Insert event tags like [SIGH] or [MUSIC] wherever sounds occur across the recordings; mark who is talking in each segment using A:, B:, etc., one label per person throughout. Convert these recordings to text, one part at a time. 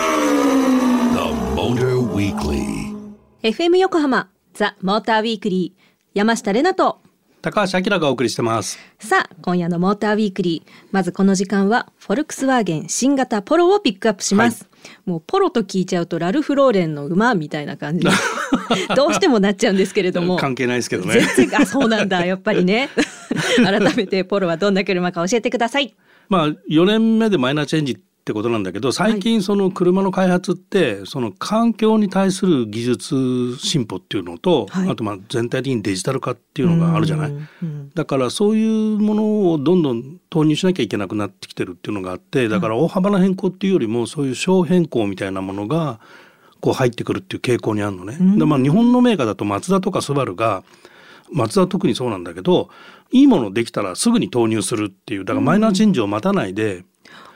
A: The Motor Weekly.
B: FM 横浜ザ・モーターウィークリー山下れなと
C: 高橋明がお送りしてます。
B: さあ今夜のモーターウィークリーまずこの時間はフォルクスワーゲン新型ポロをピックアップします、もうポロと聞いちゃうとラルフ・ローレンの馬みたいな感じに
C: [LAUGHS]
B: どうしてもなっちゃうんですけれども
C: 関係ないですけどね。
B: 全然あそうなん
C: [LAUGHS]
B: だやっぱりね改めてポロはどんな車か教えてください
C: まあ4年目でマイナーチェンジってことなんだけど、最近その車の開発ってその環境に対する技術進歩っていうのと、
B: はい
C: あとまあ全体的にデジタル化っていうのがあるじゃない。
B: うんうん
C: だからそういうものをどんどん投入しなきゃいけなくなってきてるっていうのがあってだから大幅な変更っていうよりもそういう小変更みたいなものがこう入ってくるっていう傾向にあるのね。でまあ日本のメーカーだとマツダとかスバルがマツダは特にそうなんだけどいいものできたらすぐに投入するっていうだからマイナーチェンジを待たないで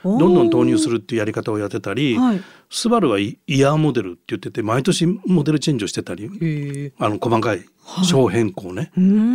C: どんどん投入するっていうやり方をやってたり、
B: はい
C: スバルはイイヤーモデルって言ってて毎年モデルチェンジをしてたりあの細かい小変更ね、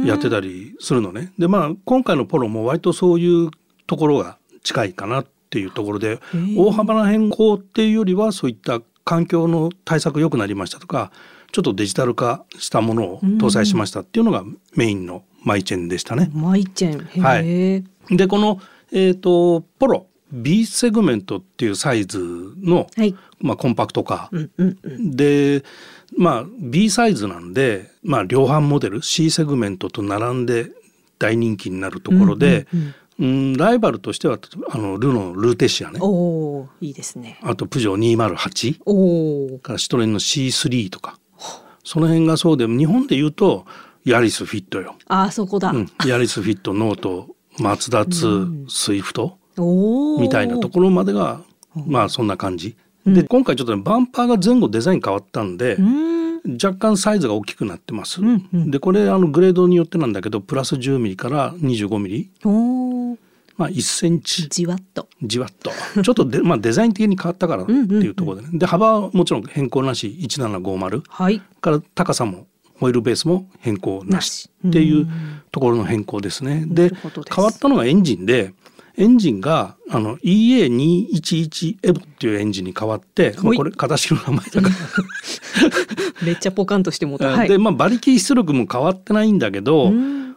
C: やってたりするのね。でまあ今回のポロも割とそういうところが近いかなっていうところで大幅な変更っていうよりはそういった環境の対策良くなりましたとかちょっとデジタル化したものを搭載しましたっていうのがメインのマイチェンでしたね。
B: マイチェンへえ、
C: でこの、えー、とポロ B セグメントっていうサイズの、
B: はい
C: まあ、コンパクトカー、
B: うんうんうん
C: でまあ B サイズなんで、まあ、量販モデル C セグメントと並んで大人気になるところで、
B: う
C: うんんライバルとしてはあのルノールーテシアね
B: おおいいですね
C: あとプジョー208
B: おお
C: からシトレンの C3 とかその辺がそうで日本で言うとヤリスフィットよ、
B: あそこだ、
C: うん、ヤリスフィットノートマツダ2スイフト
B: おー
C: みたいなところまでがまあそんな感じ。で今回ちょっとねバンパーが前後デザイン変わったんで、
B: うーん
C: 若干サイズが大きくなってます。
B: んう
C: でこれあのグレードによってなんだけどプラス10ミリから25ミリ、
B: おー
C: まあ、1センチ
B: じわっと
C: じわっ
B: [LAUGHS]
C: とちょっとで、まあ、デザイン的に変わったからっていうところでね、で幅はもちろん変更なし1750
B: はい
C: から高さもホイールベースも変更なし
B: なし
C: っていうところの変更ですね。で
B: なるほどです
C: 変わったのがエンジンでエンジンがあの EA211 エボっていうエンジンに変わって、ま
B: は
C: あ、
B: い
C: これ形式の名前だから
B: めっちゃポカンとしてもうたはい
C: でまあ馬力出力も変わってないんだけど、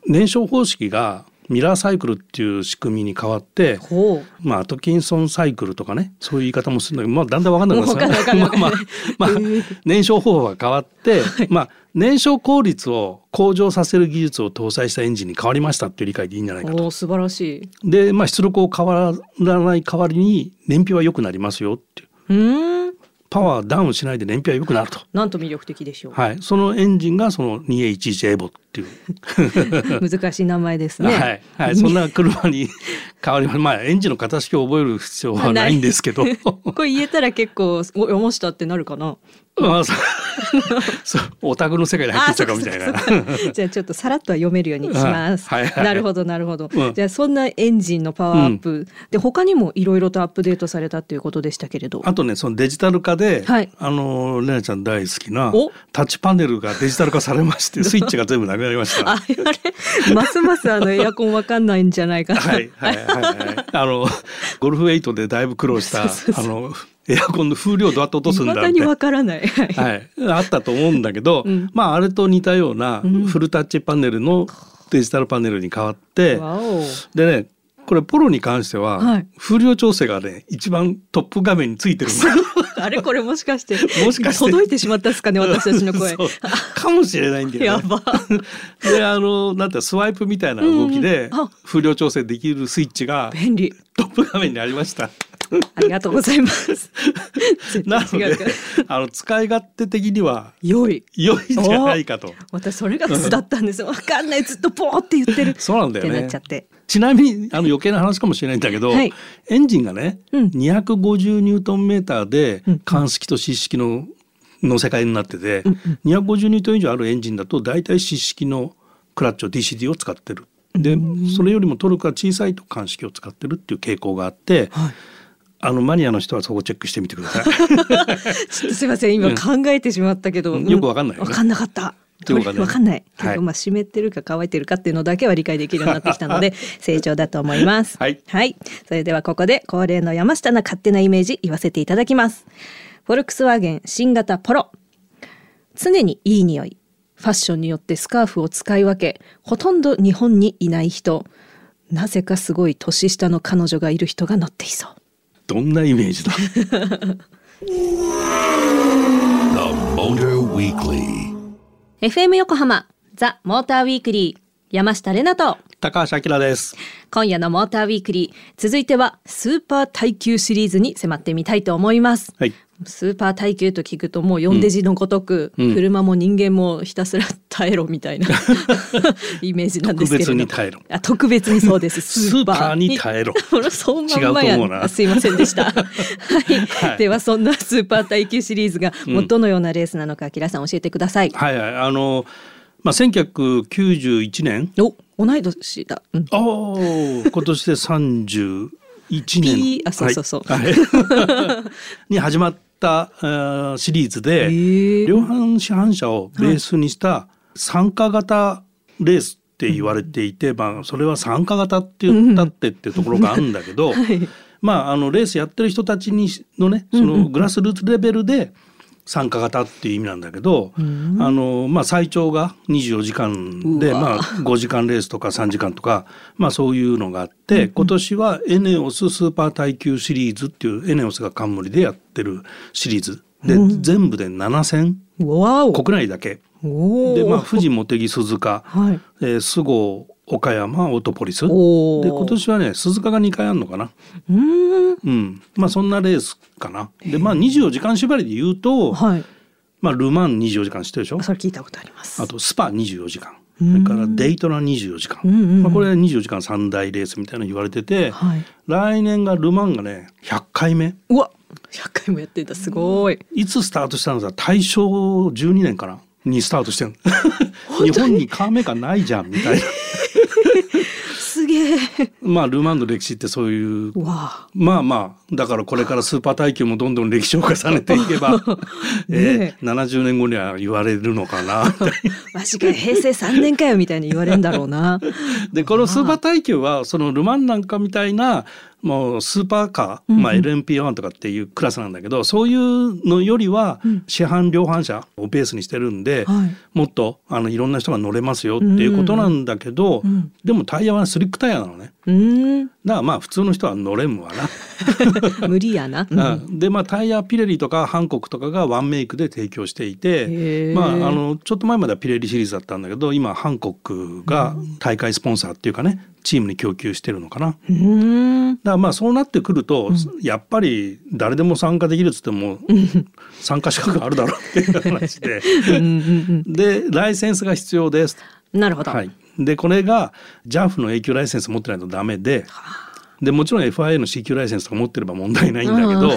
C: 燃焼方式がミラーサイクルっていう仕組みに変わって、
B: ほう
C: まあ、アトキンソンサイクルとかねそういう言い方もするんだけど、まあ、だんだん分かんなくな
B: もう
C: っ
B: 分
C: て
B: かんない分かん
C: ま
B: ない
C: あ [LAUGHS] まあ、まあ燃焼方法が変わって、まあ、燃焼効率を向上させる技術を搭載したエンジンに変わりましたっていう理解でいいんじゃないかと。
B: おー素晴らしい
C: で、まあ、出力を変わらない代わりに燃費は良くなりますよっていう
B: うーん
C: パワーダウンしないで燃費は良くなると。
B: なんと魅力的でしょう、
C: はい、そのエンジンがその 2A11 エボっていう
B: 難しい名前ですね
C: はい、はい、そんな車に [LAUGHS] 変わります。まあエンジンの形式を覚える必要はないんですけど、
B: [LAUGHS] これ言えたら結構お山下ってなるかな
C: [LAUGHS] まあそうそうオタクの世界に [LAUGHS] 入ってきたかみた
B: そ
C: いな
B: う。かそうかじゃあちょっとさらっとは読めるようにします、
C: はいはいはい
B: なるほどなるほど、
C: うん
B: じゃあそんなエンジンのパワーアップ、で他にもいろいろとアップデートされたということでしたけれど
C: [LAUGHS] あとねそのデジタル化で、
B: はい
C: あのレナちゃん大好きな
B: お
C: タッチパネルがデジタル化され
B: [LAUGHS]
C: ましてスイッチが全部なくなりました。
B: あれ [LAUGHS] ますますあのエアコンわかんないんじゃないかな、
C: はいはいは
B: [LAUGHS]
C: いはい。あのゴルフエイトでだいぶ苦労した
B: そうそう
C: あのエアコンの風量どうやって落とすんだ
B: 未だにわからない、はい
C: はい、あったと思うんだけど、
B: ん
C: まああれと似たようなフルタッチパネルのデジタルパネルに変わって、
B: わお
C: でねこれポロに関しては、
B: はい
C: 風量調整がね一番トップ画面についてるんだ
B: あれこれもしかして
C: もしかして
B: 届いてしまったですかね私たちの声
C: [LAUGHS] そうかもしれないんだよ
B: や
C: ね。
B: ば
C: [LAUGHS] であのなんてスワイプみたいな動きで
B: うんうんあ
C: 風量調整できるスイッチが
B: 便利
C: トップ画面にありました。
B: ありがとうございます
C: なの
B: 絶対違
C: で
B: うから
C: あの使い勝手的には
B: 良い
C: 良いんじゃないかと。
B: 私それが図だったんですわかんないずっとポーって言ってる
C: そうなんだよね
B: ってなっちゃって
C: ちなみにあの余計な話かもしれないんだけど、
B: はい
C: エンジンがね、
B: うん
C: 250ニュートンメーターで
B: うん
C: 乾式と湿式のの世界になってて、250ニュートン以上あるエンジンだと大体湿式のクラッチを DCD を使ってる。で、それよりもトルクが小さいと乾式を使ってるっていう傾向があって、あのマニアの人はそこチェッ
B: [LAUGHS]
C: クしてみてください。
B: ちょっとすいません今考えてしまったけど、
C: うんよくわかんないよ
B: わ
C: ね
B: かんなかった
C: というのがね
B: わかんないけど、
C: はい
B: まあ湿ってるか乾いてるかっていうのだけは理解できるようになってきたの
C: [LAUGHS]
B: で成長だと思います
C: はい
B: それではここで恒例の山下の勝手なイメージ言わせていただきますフォルクスワーゲン新型ポロ常にいい匂いファッションによってスカーフを使い分けほとんど日本にいない人なぜかすごい年下の彼女がいる人が乗っていそう
C: どんなイメージだ
A: The Motor Weekly.
B: FM 横浜ザ・モーターウィークリー山下れなと
C: 高橋明です
B: 今夜のモーターウィークリー続いてはスーパー耐久シリーズに迫ってみたいと思います、
C: はい
B: スーパー耐久と聞くともう4デジのごとく、
C: うん
B: 車も人間もひたすら耐えろみた
C: [LAUGHS]
B: いなイメージなんですけれど
C: 特別に耐えろ
B: あ特別にそうです
C: [LAUGHS] スーパーに耐えろ
B: これそうまんま
C: 違う
B: や
C: と思うな
B: すいませんで
C: [LAUGHS]
B: した、はい
C: はい
B: ではそんなスーパー耐久シリーズがもうどのようなレースなのか、キラさん教えてください
C: はいはいあの、まあ、1991年
B: お同い年だ、うん
C: あー今年で31年
B: ピーあそうそうそう
C: はいはい [LAUGHS] に始まったあーシリーズで
B: へー
C: 量販市販車をベースにした参加型レースって言われていて、まあ、それは参加型って言ったってってところがあるんだけど、
B: はい
C: まあ、あのレースやってる人たちにしのねそのグラスルーツレベルで参加型っていう意味なんだけど、あのまあ、最長が24時間で、
B: うわ
C: まあ、5時間レースとか3時間とか、まあ、そういうのがあって、今年はエネオススーパー耐久シリーズっていうエネオスが冠でやってるシリーズで、全部で7戦
B: わお
C: 国内だけ
B: おー
C: で、まあ、富士茂木鈴鹿、
B: はい
C: えー菅生岡山オートポリスで
B: おー
C: 今年はね鈴鹿が2回あるのかな。
B: うーん
C: うん、まあそんなレースかな。でまあ24時間縛りで言うと、
B: はい
C: まあ、ル・マン24時間知ってるでしょ
B: それ聞いたことあります
C: あとスパ24時間それからデイトナ24時間、
B: うんうんうん
C: まあ、これ24時間三大レースみたいなの言われてて、
B: はい
C: 来年がル・マンがね100回目
B: うわ100回もやってたすごい
C: いつスタートしたのさ大正12年かなにスタートしてんの [LAUGHS] 日本にカーメーカーないじゃんみ
B: [LAUGHS]
C: たいな
B: すげえ
C: まあル・マンの歴史ってそういう
B: わあ
C: まあまあだからこれからスーパー耐久もどんどん歴史を重ねてい
B: [LAUGHS]
C: けば、え
B: ね
C: ー、70年後には言われるのかな
B: マジかよ平成3年かよみたいに言われんだろう
C: [LAUGHS]
B: な
C: でこのスーパー耐久はそのル・マンなんかみたいなもうスーパーカー、まあ、LMP1 とかっていうクラスなんだけど、そういうのよりは市販量販車をベースにしてるんで、
B: はい
C: もっとあのいろんな人が乗れますよっていうことなんだけど、
B: ん
C: でもタイヤはスリックタイヤなのね。
B: うー
C: [LAUGHS]
B: ん
C: だからまあ普通の人は乗れんわな。
B: 無理やな、うん
C: うん、でまあタイヤはピレリとかハンコクとかがワンメイクで提供していて
B: へ、ー
C: まあ、あのちょっと前まではピレリシリーズだったんだけど今ハンコクが大会スポンサーっていうかねチームに供給してるのかな。だか
B: うーん
C: らまあそうなってくると、やっぱり誰でも参加できるっつっても参加資格あるだろうっていう話ででライセンスが必要です。
B: なるほど、
C: はい、でこれが JAF の永久ライセンス持ってないとダメででもちろん FIA の C 級ライセンスとか持ってれば問題ないんだけど、
B: うん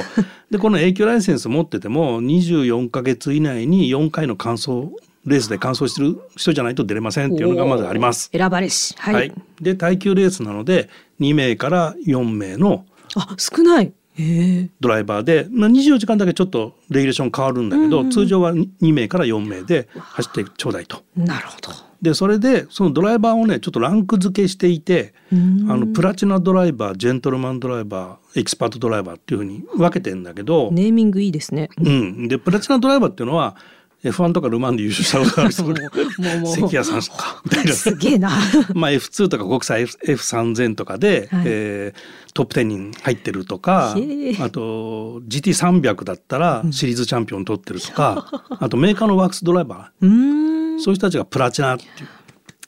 C: でこの永久ライセンス持ってても24ヶ月以内に4回の完走レースで完走してる人じゃないと出れませんっていうのがまずあります。
B: 選ばれしはい、
C: で耐久レースなので2名から4名の
B: あ少ないへえ
C: ドライバーで、まあ、24時間だけちょっとレギュレーション変わるんだけど、通常は2名から4名で走ってちょうだいと。
B: なるほど
C: でそれでそのドライバーをねちょっとランク付けしていてあのプラチナドライバージェントルマンドライバーエキスパートドライバーっていうふうに分けてんだけど、
B: ネーミングいいですね
C: うん、でプラチナドライバーっていうのは F1 とかル・マンで優勝したことがある人
B: もうもうもう
C: 関谷さんかみたいな。
B: すげえな
C: [LAUGHS]
B: [LAUGHS]
C: まあ、F2 とか国際 F- F3000 とかで、
B: はい
C: えートップ10に入ってるとか
B: へえ
C: あと GT300 だったらシリーズチャンピオン取ってるとか、あとメーカーのワークスドライバ
B: うーん
C: ーそういう人たちがプラチナっていう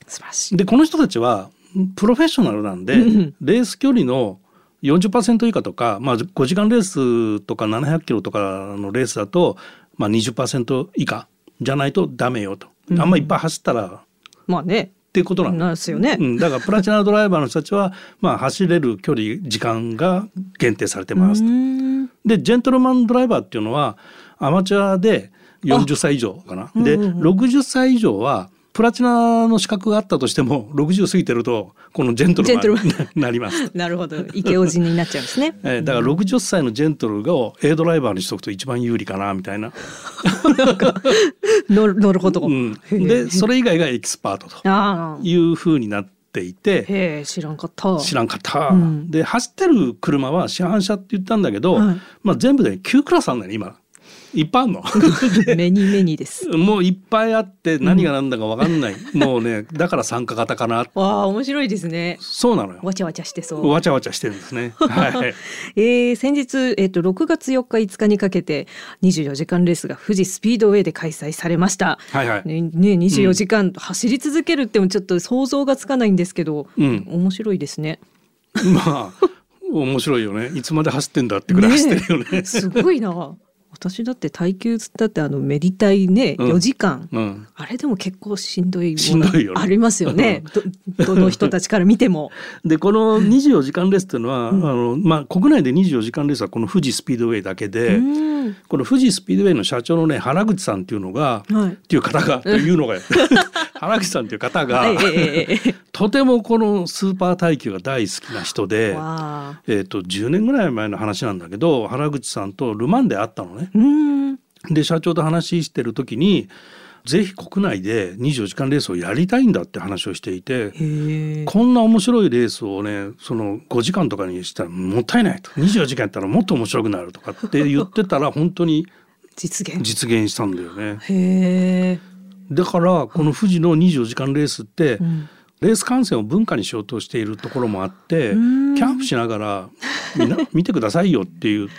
B: 素晴らしい
C: でこの人たちはプロフェッショナルなんで、レース距離の40%以下とか、まあ、5時間レースとか700キロとかのレースだと、まあ、20%以下じゃないとダメよと、あんまいっぱい走ったら
B: まあね
C: っていうことなんだ
B: なんですよね
C: うん、だからプラチナドライバーの人たちは、まあ、走れる距離時間が限定されてますと
B: うーん
C: でジェントルマンドライバーっていうのはアマチュアで40歳以上かな。で、60歳以上はプラチナの資格があったとしても60過ぎてるとこのジェントルマン
B: ジェン
C: に
B: トル
C: [LAUGHS] なります。
B: なるほど池王子になっちゃうんです
C: [LAUGHS]
B: ね
C: えーだから60歳のジェントルを A ドライバーにしとくと一番有利かなみたいな
B: 乗る乗ることが。
C: うん、
B: へえ
C: でそれ以外がエキスパートと
B: ああ。
C: いうふうになっていて
B: へえ知らんかった。
C: 知らんかった、
B: うん
C: で走ってる車は市販車って言ったんだけど、
B: はい
C: まあ、全部で9クラスあるんだよね今いっ
B: [LAUGHS]
C: ぱいあるの。
B: メニーメニーです。
C: もういっぱいあって何が何だか分かんない、もうねだから参加型かな
B: わあ面白いですね。
C: そうなのよ
B: わちゃわちゃしてそう。
C: わちゃわちゃしてるんですね。はい、
B: えー、先日、えっと6月4日5日にかけて24時間レースが富士スピードウェイで開催されました。
C: はいはい
B: ねね24時間走り続けるってもちょっと想像がつかないんですけど、
C: うん
B: 面白いですね。
C: まあ面白いよねいつまで走ってんだってぐらい走ってるよね。
B: えすごいな。私だって耐久だってあのメディタイね、
C: うん
B: 4時間、
C: うん、
B: あれでも結構しんどい
C: しんどいよね
B: ありますよね。どどの人たちから見て
C: [LAUGHS]
B: も。
C: でこの24時間レースっていうのは、あのまあ、国内で24時間レースはこの富士スピードウェイだけで、
B: うん
C: この富士スピードウェイの社長のね原口さんっていうのが、
B: はい
C: っていう方がというのが原口さんっていう方が、
B: えええええ
C: とてもこのスーパー耐久が大好きな人
B: え。
C: で。
B: わあ。
C: [LAUGHS] えー、と10年ぐらい前の話なんだけど原口さんとル・マンで会ったのね。
B: うん。
C: で社長と話してる時にぜひ国内で24時間レースをやりたいんだって話をしていて
B: へえ。
C: こんな面白いレースをねその5時間とかにしたらもったいないと24時間やったらもっと面白くなるとかって言ってたら本当に
B: 実現。
C: 実現したんだよね。
B: へえ。
C: だからこの富士の24時間レースって
B: うん
C: レース観戦を文化にしようとしているところもあって
B: う
C: キ
B: ん
C: ャンプしながらみんな見てくださいよっていう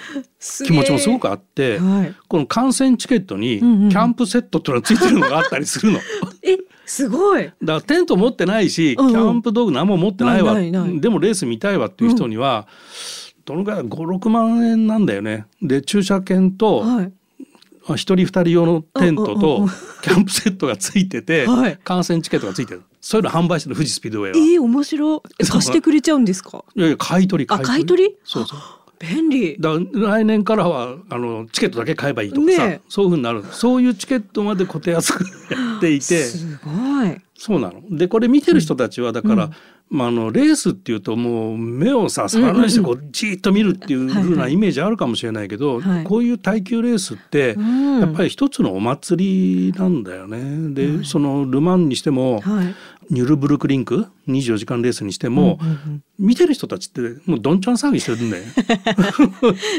C: 気持ちもすごくあって。
B: はい。
C: この観戦チケットにキ
B: うんうん
C: ャンプセットっていうのがついてるのがあったり
B: [LAUGHS]
C: するの。
B: え、すごい。
C: だからテント持ってないし、
B: うんうん
C: キャンプ道具何も持ってないわ
B: ないないない
C: でもレース見たいわっていう人には、どのぐらい56万円なんだよね。で駐車券と
B: はい。
C: あ一人二人用のテント
B: うんうんうんう
C: と
B: ん
C: キャンプセットがついてて、
B: はい
C: 観戦チケットがついてるそういうの販売してる富士スピードウェイは。
B: ええ、面白い。え
C: そう
B: 貸してくれちゃうんですか。
C: いやいや買い取り
B: あ買い取り
C: そうそう
B: 便利。
C: だから来年からはあのチケットだけ買えばいいとかさ、
B: ねえ
C: そういうふうになるそういうチケットまで小手安くやっていて
B: [LAUGHS] すごい。
C: そうなのでこれ見てる人たちはだから、まあ、あのレースっていうともう目をさ触らないしてこうじーっと見るっていう
B: はいはい
C: ふうなイメージあるかもしれないけど、
B: はい
C: こういう耐久レースって、
B: うん
C: やっぱり一つのお祭りなんだよね。で、そのル・マンにしても、
B: はい。
C: ニュルブルクリンク24時間レースにしても、見てる人たちってもうどんちゃん騒ぎしてるんだよね。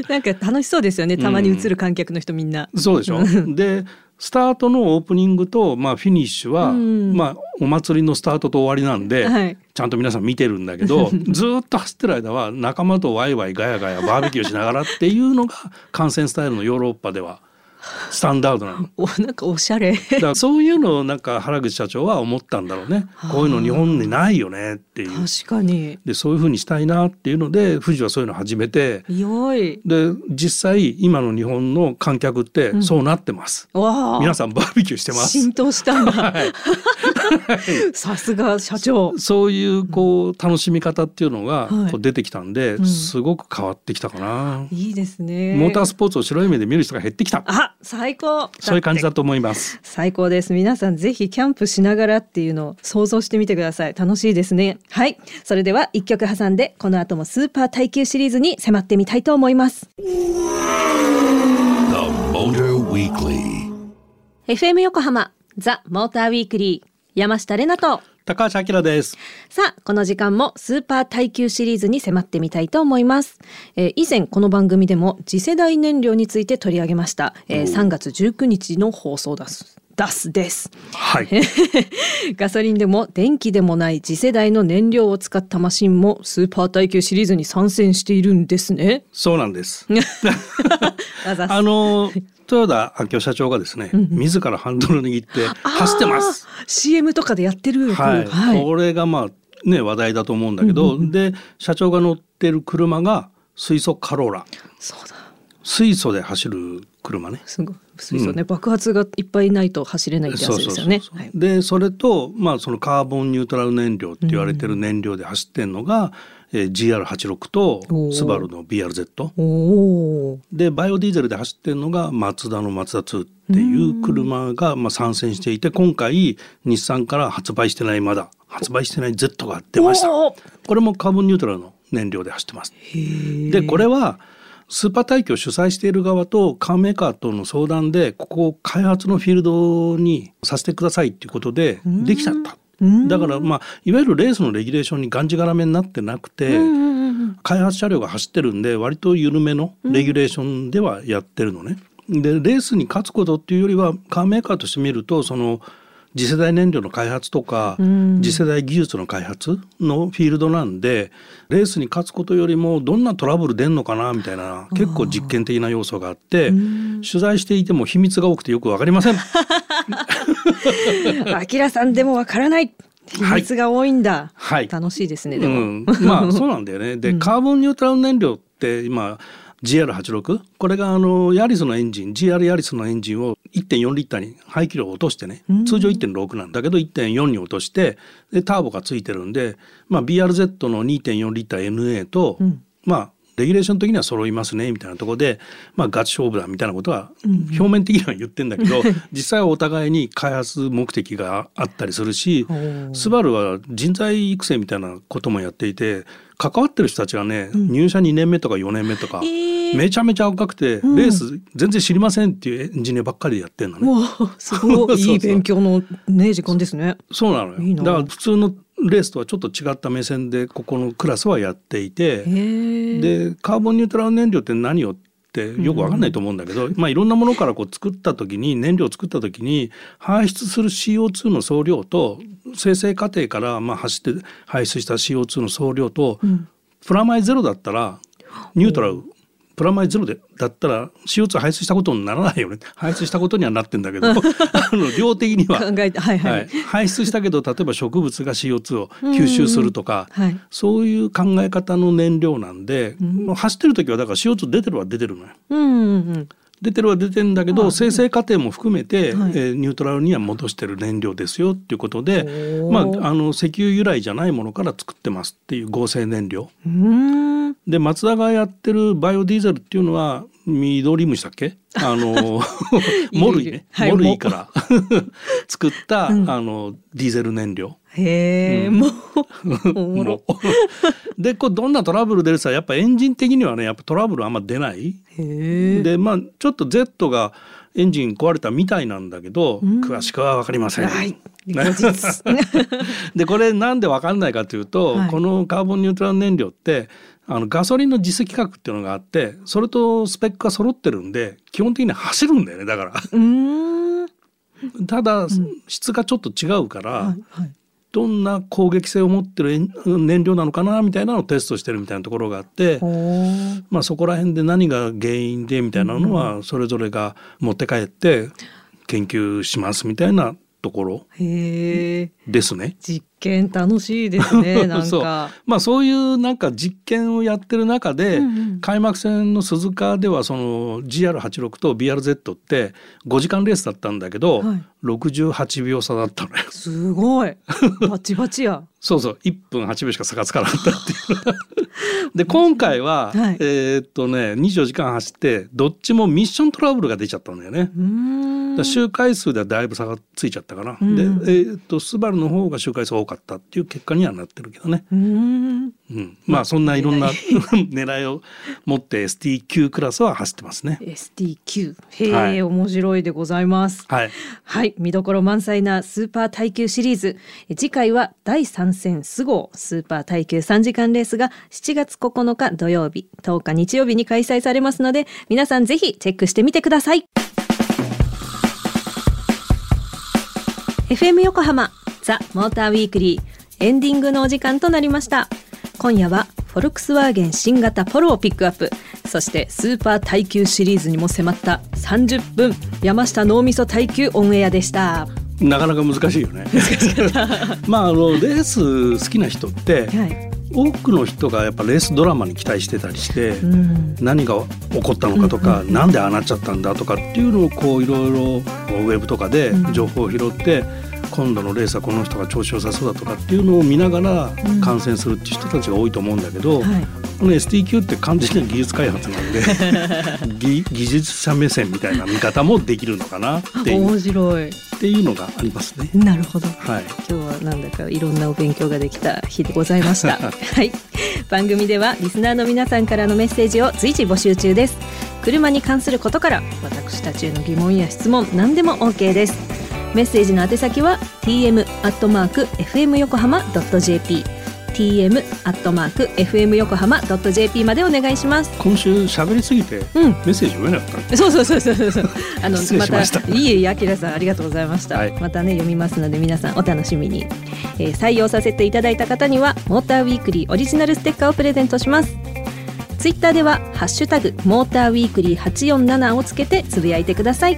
B: なんか楽しそうですよね。たまに映る観客の人みんな。
C: そうでしょでスタートのオープニングと、まあ、フィニッシュは、
B: うん
C: まあ、お祭りのスタートと終わりなんで、
B: はい
C: ちゃんと皆さん見てるんだけ
B: [LAUGHS]
C: どずーっと走ってる間は仲間とワイワイガヤガヤバーベキューしながらっていうのが観戦スタイルのヨーロッパではスタンダードな
B: [LAUGHS]
C: の。
B: お、なんかおしゃれ。
C: だからそういうのをなんか原口社長は思ったんだろうね
B: はあ
C: こういうの日本にないよねっていう
B: 確かに。
C: でそういうふうにしたいなっていうので富士はそういうのを始めて
B: よい。
C: で実際今の日本の観客ってそうなってます。
B: わあ。
C: 皆さんバーベキューしてます
B: 浸。透したん
C: [LAUGHS]
B: だ。 [LAUGHS] さすが社長。
C: そういうこう楽しみ方っていうのが
B: はい
C: こう出てきたんで、
B: ん
C: すごく変わってきたかな、
B: いいですね。
C: モータースポーツを白い目で見る人が減ってきた。
B: あ、最高。
C: そういう感じ
B: だっ
C: だと思います
B: て。。最高です。皆さんぜひキャンプしながらっていうのを想像してみてください。楽しいですね。はい。それでは一曲挟んで、この後もスーパー耐久シリーズに迫ってみたいと思います。
A: The Motor Weekly.
B: FM 横浜、ザ・モーターウィークリー、山下れなと。
C: 高橋明です。
B: さあ、この時間もスーパー耐久シリーズに迫ってみたいと思います。えー以前この番組でも次世代燃料について取り上げました。えー3月19日の放送だす。だすです。 [LAUGHS]
C: はい。
B: ガソリンでも電気でもない次世代の燃料を使ったマシンもスーパー耐久シリーズに参戦しているんです
C: [LAUGHS]
B: ね。
C: そうなんです。
B: あざっす
C: あの豊田明夫社長がですね、自らハンドルを握って走ってます。
B: あー CM とかでやってる。
C: はい。
B: はい
C: これがまあね話題だと思うんだけど、で社長が乗ってる車が水素カローラ、
B: そうだ。
C: 水素で走る車ね。
B: すごい。水素ね、爆発がいっぱいないと走れないってやつですよね。はい
C: でそれと、まあ、そのカーボンニュートラル燃料って言われてる燃料で走ってんのが、えー GR86
B: おー
C: とスバルの BRZ
B: おお。
C: でバイオディーゼルで走ってるのがマツダのマツダ2っていう車が、まあ、参戦していて今回日産から発売してないまだ発売してない Z が出ました
B: おー
C: これもカーボンニュートラルの燃料で走ってます。でこれはスーパー耐久を主催している側とカーメーカーとの相談でここを開発のフィールドにさせてくださいっていうことでできちゃった。だからまあいわゆるレースのレギュレーションにがんじがらめになってなくて、開発車両が走ってるんで割と緩めのレギュレーションではやってるのね。でレースに勝つことっていうよりはカーメーカーとして見るとその次世代燃料の開発とか、次世代技術の開発のフィールドなんでレースに勝つことよりもどんなトラブル出んのかなみたいな結構実験的な要素があって取材していても秘密が多くてよく分かりません。
B: あきらさんでもわからない秘密が多いんだ、
C: はい
B: 楽しいですねで
C: う
B: も、
C: ん、まあそうなんだよね。で、カーボンニュートラル燃料って今 GR86 これがあのヤリスのエンジン GR ヤリスのエンジンを1.4リッターに排気量を落としてね通常1.6なんだけど1.4に落としてでターボがついてるんで、まあ、BRZ の2.4リッター NA と、まあレギュレーションの時には揃いますねみたいなところで、まあ、ガチ勝負だみたいなことは表面的には言ってんだ
B: [LAUGHS]
C: けど、実際はお互いに開発目的があったりするしスバルは人材育成みたいなこともやっていて関わってる人たちがね、入社2年目とか4年目とか、
B: えー
C: めちゃめちゃ若くて、レース全然知りませんっていうエンジニアばっかりでやってんのね。
B: わあすご
C: [LAUGHS] そうそう
B: いいい勉強のね時間ですね
C: そうなのよ
B: いいな
C: だから普通のレースとはちょっと違った目線でここのクラスはやっていて。
B: へえ
C: でカーボンニュートラル燃料って何よってよくわかんないと思うんだけど、まあ、いろんなものからこう作った時に燃料を作った時に排出する CO2 の総量と生成過程からまあ走って排出した CO2 の総量と、プラマイゼロだったらニュートラルプラマイゼロでだったら CO2 排出したことにならないよね排出したことにはなってんだけど [LAUGHS] あの量的には
B: 考えてはいはい、
C: はい、排出したけど例えば植物が CO2 を吸収するとか、
B: うんうんはい
C: そういう考え方の燃料なんで、もう走ってる時はだから CO2 出てるは出てるのよ。
B: うんうんうん
C: 出てるは出てるんだけど生成過程も含めて、
B: はい
C: えーニュートラルには戻してる燃料ですよっていうことで、
B: お
C: まあ、
B: ー
C: あの石油由来じゃないものから作ってますっていう合成燃料。
B: うーん
C: で松田がやってるバイオディーゼルっていうのは緑虫だっけあのモル
B: [LAUGHS] い
C: イ
B: るいる
C: ね、
B: はい
C: モルイから [LAUGHS] 作った、あのディーゼル燃料。
B: へえ、もうおもろ
C: もう [LAUGHS] でこうどんなトラブル出るさやっぱエンジン的にはねやっぱトラブルあんま出ない。
B: へえ
C: でまあちょっと Z がエンジン壊れたみたいなんだけど、詳しくは分かりません。
B: はい後日
C: [LAUGHS] でこれなんで分かんないかというと、
B: はい
C: このカーボンニュートラル燃料ってあのガソリンの実規格っていうのがあってそれとスペックが揃ってるんで基本的には走るんだよねだから
B: うーんは
C: ただ、質がちょっと違うから、
B: いはい
C: どんな攻撃性を持ってるえん燃料なのかなみたいなのをテストしてるみたいなところがあって、
B: ほー
C: まあ、そこら辺で何が原因でみたいなのはそれぞれが持って帰って研究しますみたいなところ
B: へえ
C: ですね。
B: 実験楽しいですねなん
C: [LAUGHS] そう
B: か
C: まあ、そういうなんか実験をやってる中で、
B: うんうん
C: 開幕戦の鈴鹿ではその GR86 と BRZ って5時間レースだったんだけど、
B: はい
C: 68秒差だったのよ。 [LAUGHS]
B: すごいバチバチや
C: そうそう1分8秒しか差がつかなかったっていう
B: [LAUGHS]
C: で今回は、
B: はい
C: えーっとね24時間走ってどっちもミッショントラブルが出ちゃったんだよね。
B: うーん
C: だから周回数ではだいぶ差がついちゃったかな。
B: うん
C: で、えーっとスバルの方が周回数多かったっていう結果にはなってるけどね。
B: うーん
C: うん、まあそんないろんな [LAUGHS] 狙いを持って ST9 クラスは走ってますね。
B: STQ へえ、
C: はい
B: 面白いでございます
C: はい。
B: はい見どころ満載なスーパー耐久シリーズえ次回は第3戦スゴースーパー耐久3時間レースが7月9日土曜日10日日曜日に開催されますので皆さんぜひチェックしてみてください FM 横浜ザ・モーターウィークリーエンディングのお時間となりました今夜はフォルクスワーゲン新型ポロをピックアップそしてスーパー耐久シリーズにも迫った30分山下脳みそ耐久オンエアでした
C: なかなか難しいよね。 [LAUGHS] まああのレース好きな人って、
B: はい
C: 多くの人がやっぱレースドラマに期待してたりして、
B: うん
C: 何が起こったのかとか、なんでああなっちゃったんだとかっていうのをこういろいろウェブとかで情報を拾って、今度のレースはこの人が調子良さそうだとかっていうのを見ながら
B: うん
C: 観戦するっていう人たちが多いと思うんだけど、
B: はい
C: この STQ って完全な技術開
B: [LAUGHS]
C: 発なんで技技術者目線みたいな見方もできるのかなっていう
B: 面白い
C: っていうのがありますね。
B: なるほど
C: はい
B: 今日はなんだかいろんなお勉強ができた日でございました [LAUGHS] はい番組ではリスナーの皆さんからのメッセージを随時募集中です車に関することから私たちへの疑問や質問何でも OK ですメッセージの宛先は tm@fmyokohama.jp tm@fmyokohama.jp までお願いします
C: 今週喋りすぎて
B: うん
C: メッセージ読めなかったね
B: そうそうそうそうそうそう。あの
C: 失礼しました
B: たいえいえあきらさんありがとうございました。
C: はい
B: またね読みますので皆さんお楽しみに、えー採用させていただいた方にはモーターウィークリーオリジナルステッカーをプレゼントします。ツイッターではハッシュタグモーターウィークリー847をつけてつぶやいてください。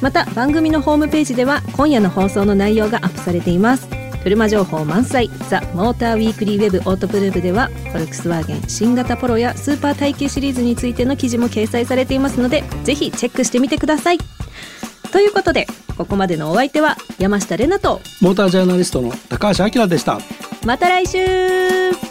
B: また番組のホームページでは今夜の放送の内容がアップされています。車情報満載「ザ・モーターウィークリーウェブオートプルーブ」ではフォルクスワーゲン新型ポロやスーパー耐久シリーズについての記事も掲載されていますのでぜひチェックしてみてくださいということでここまでのお相手は山下玲奈と
C: モータージャーナリストの高橋明でした
B: また来週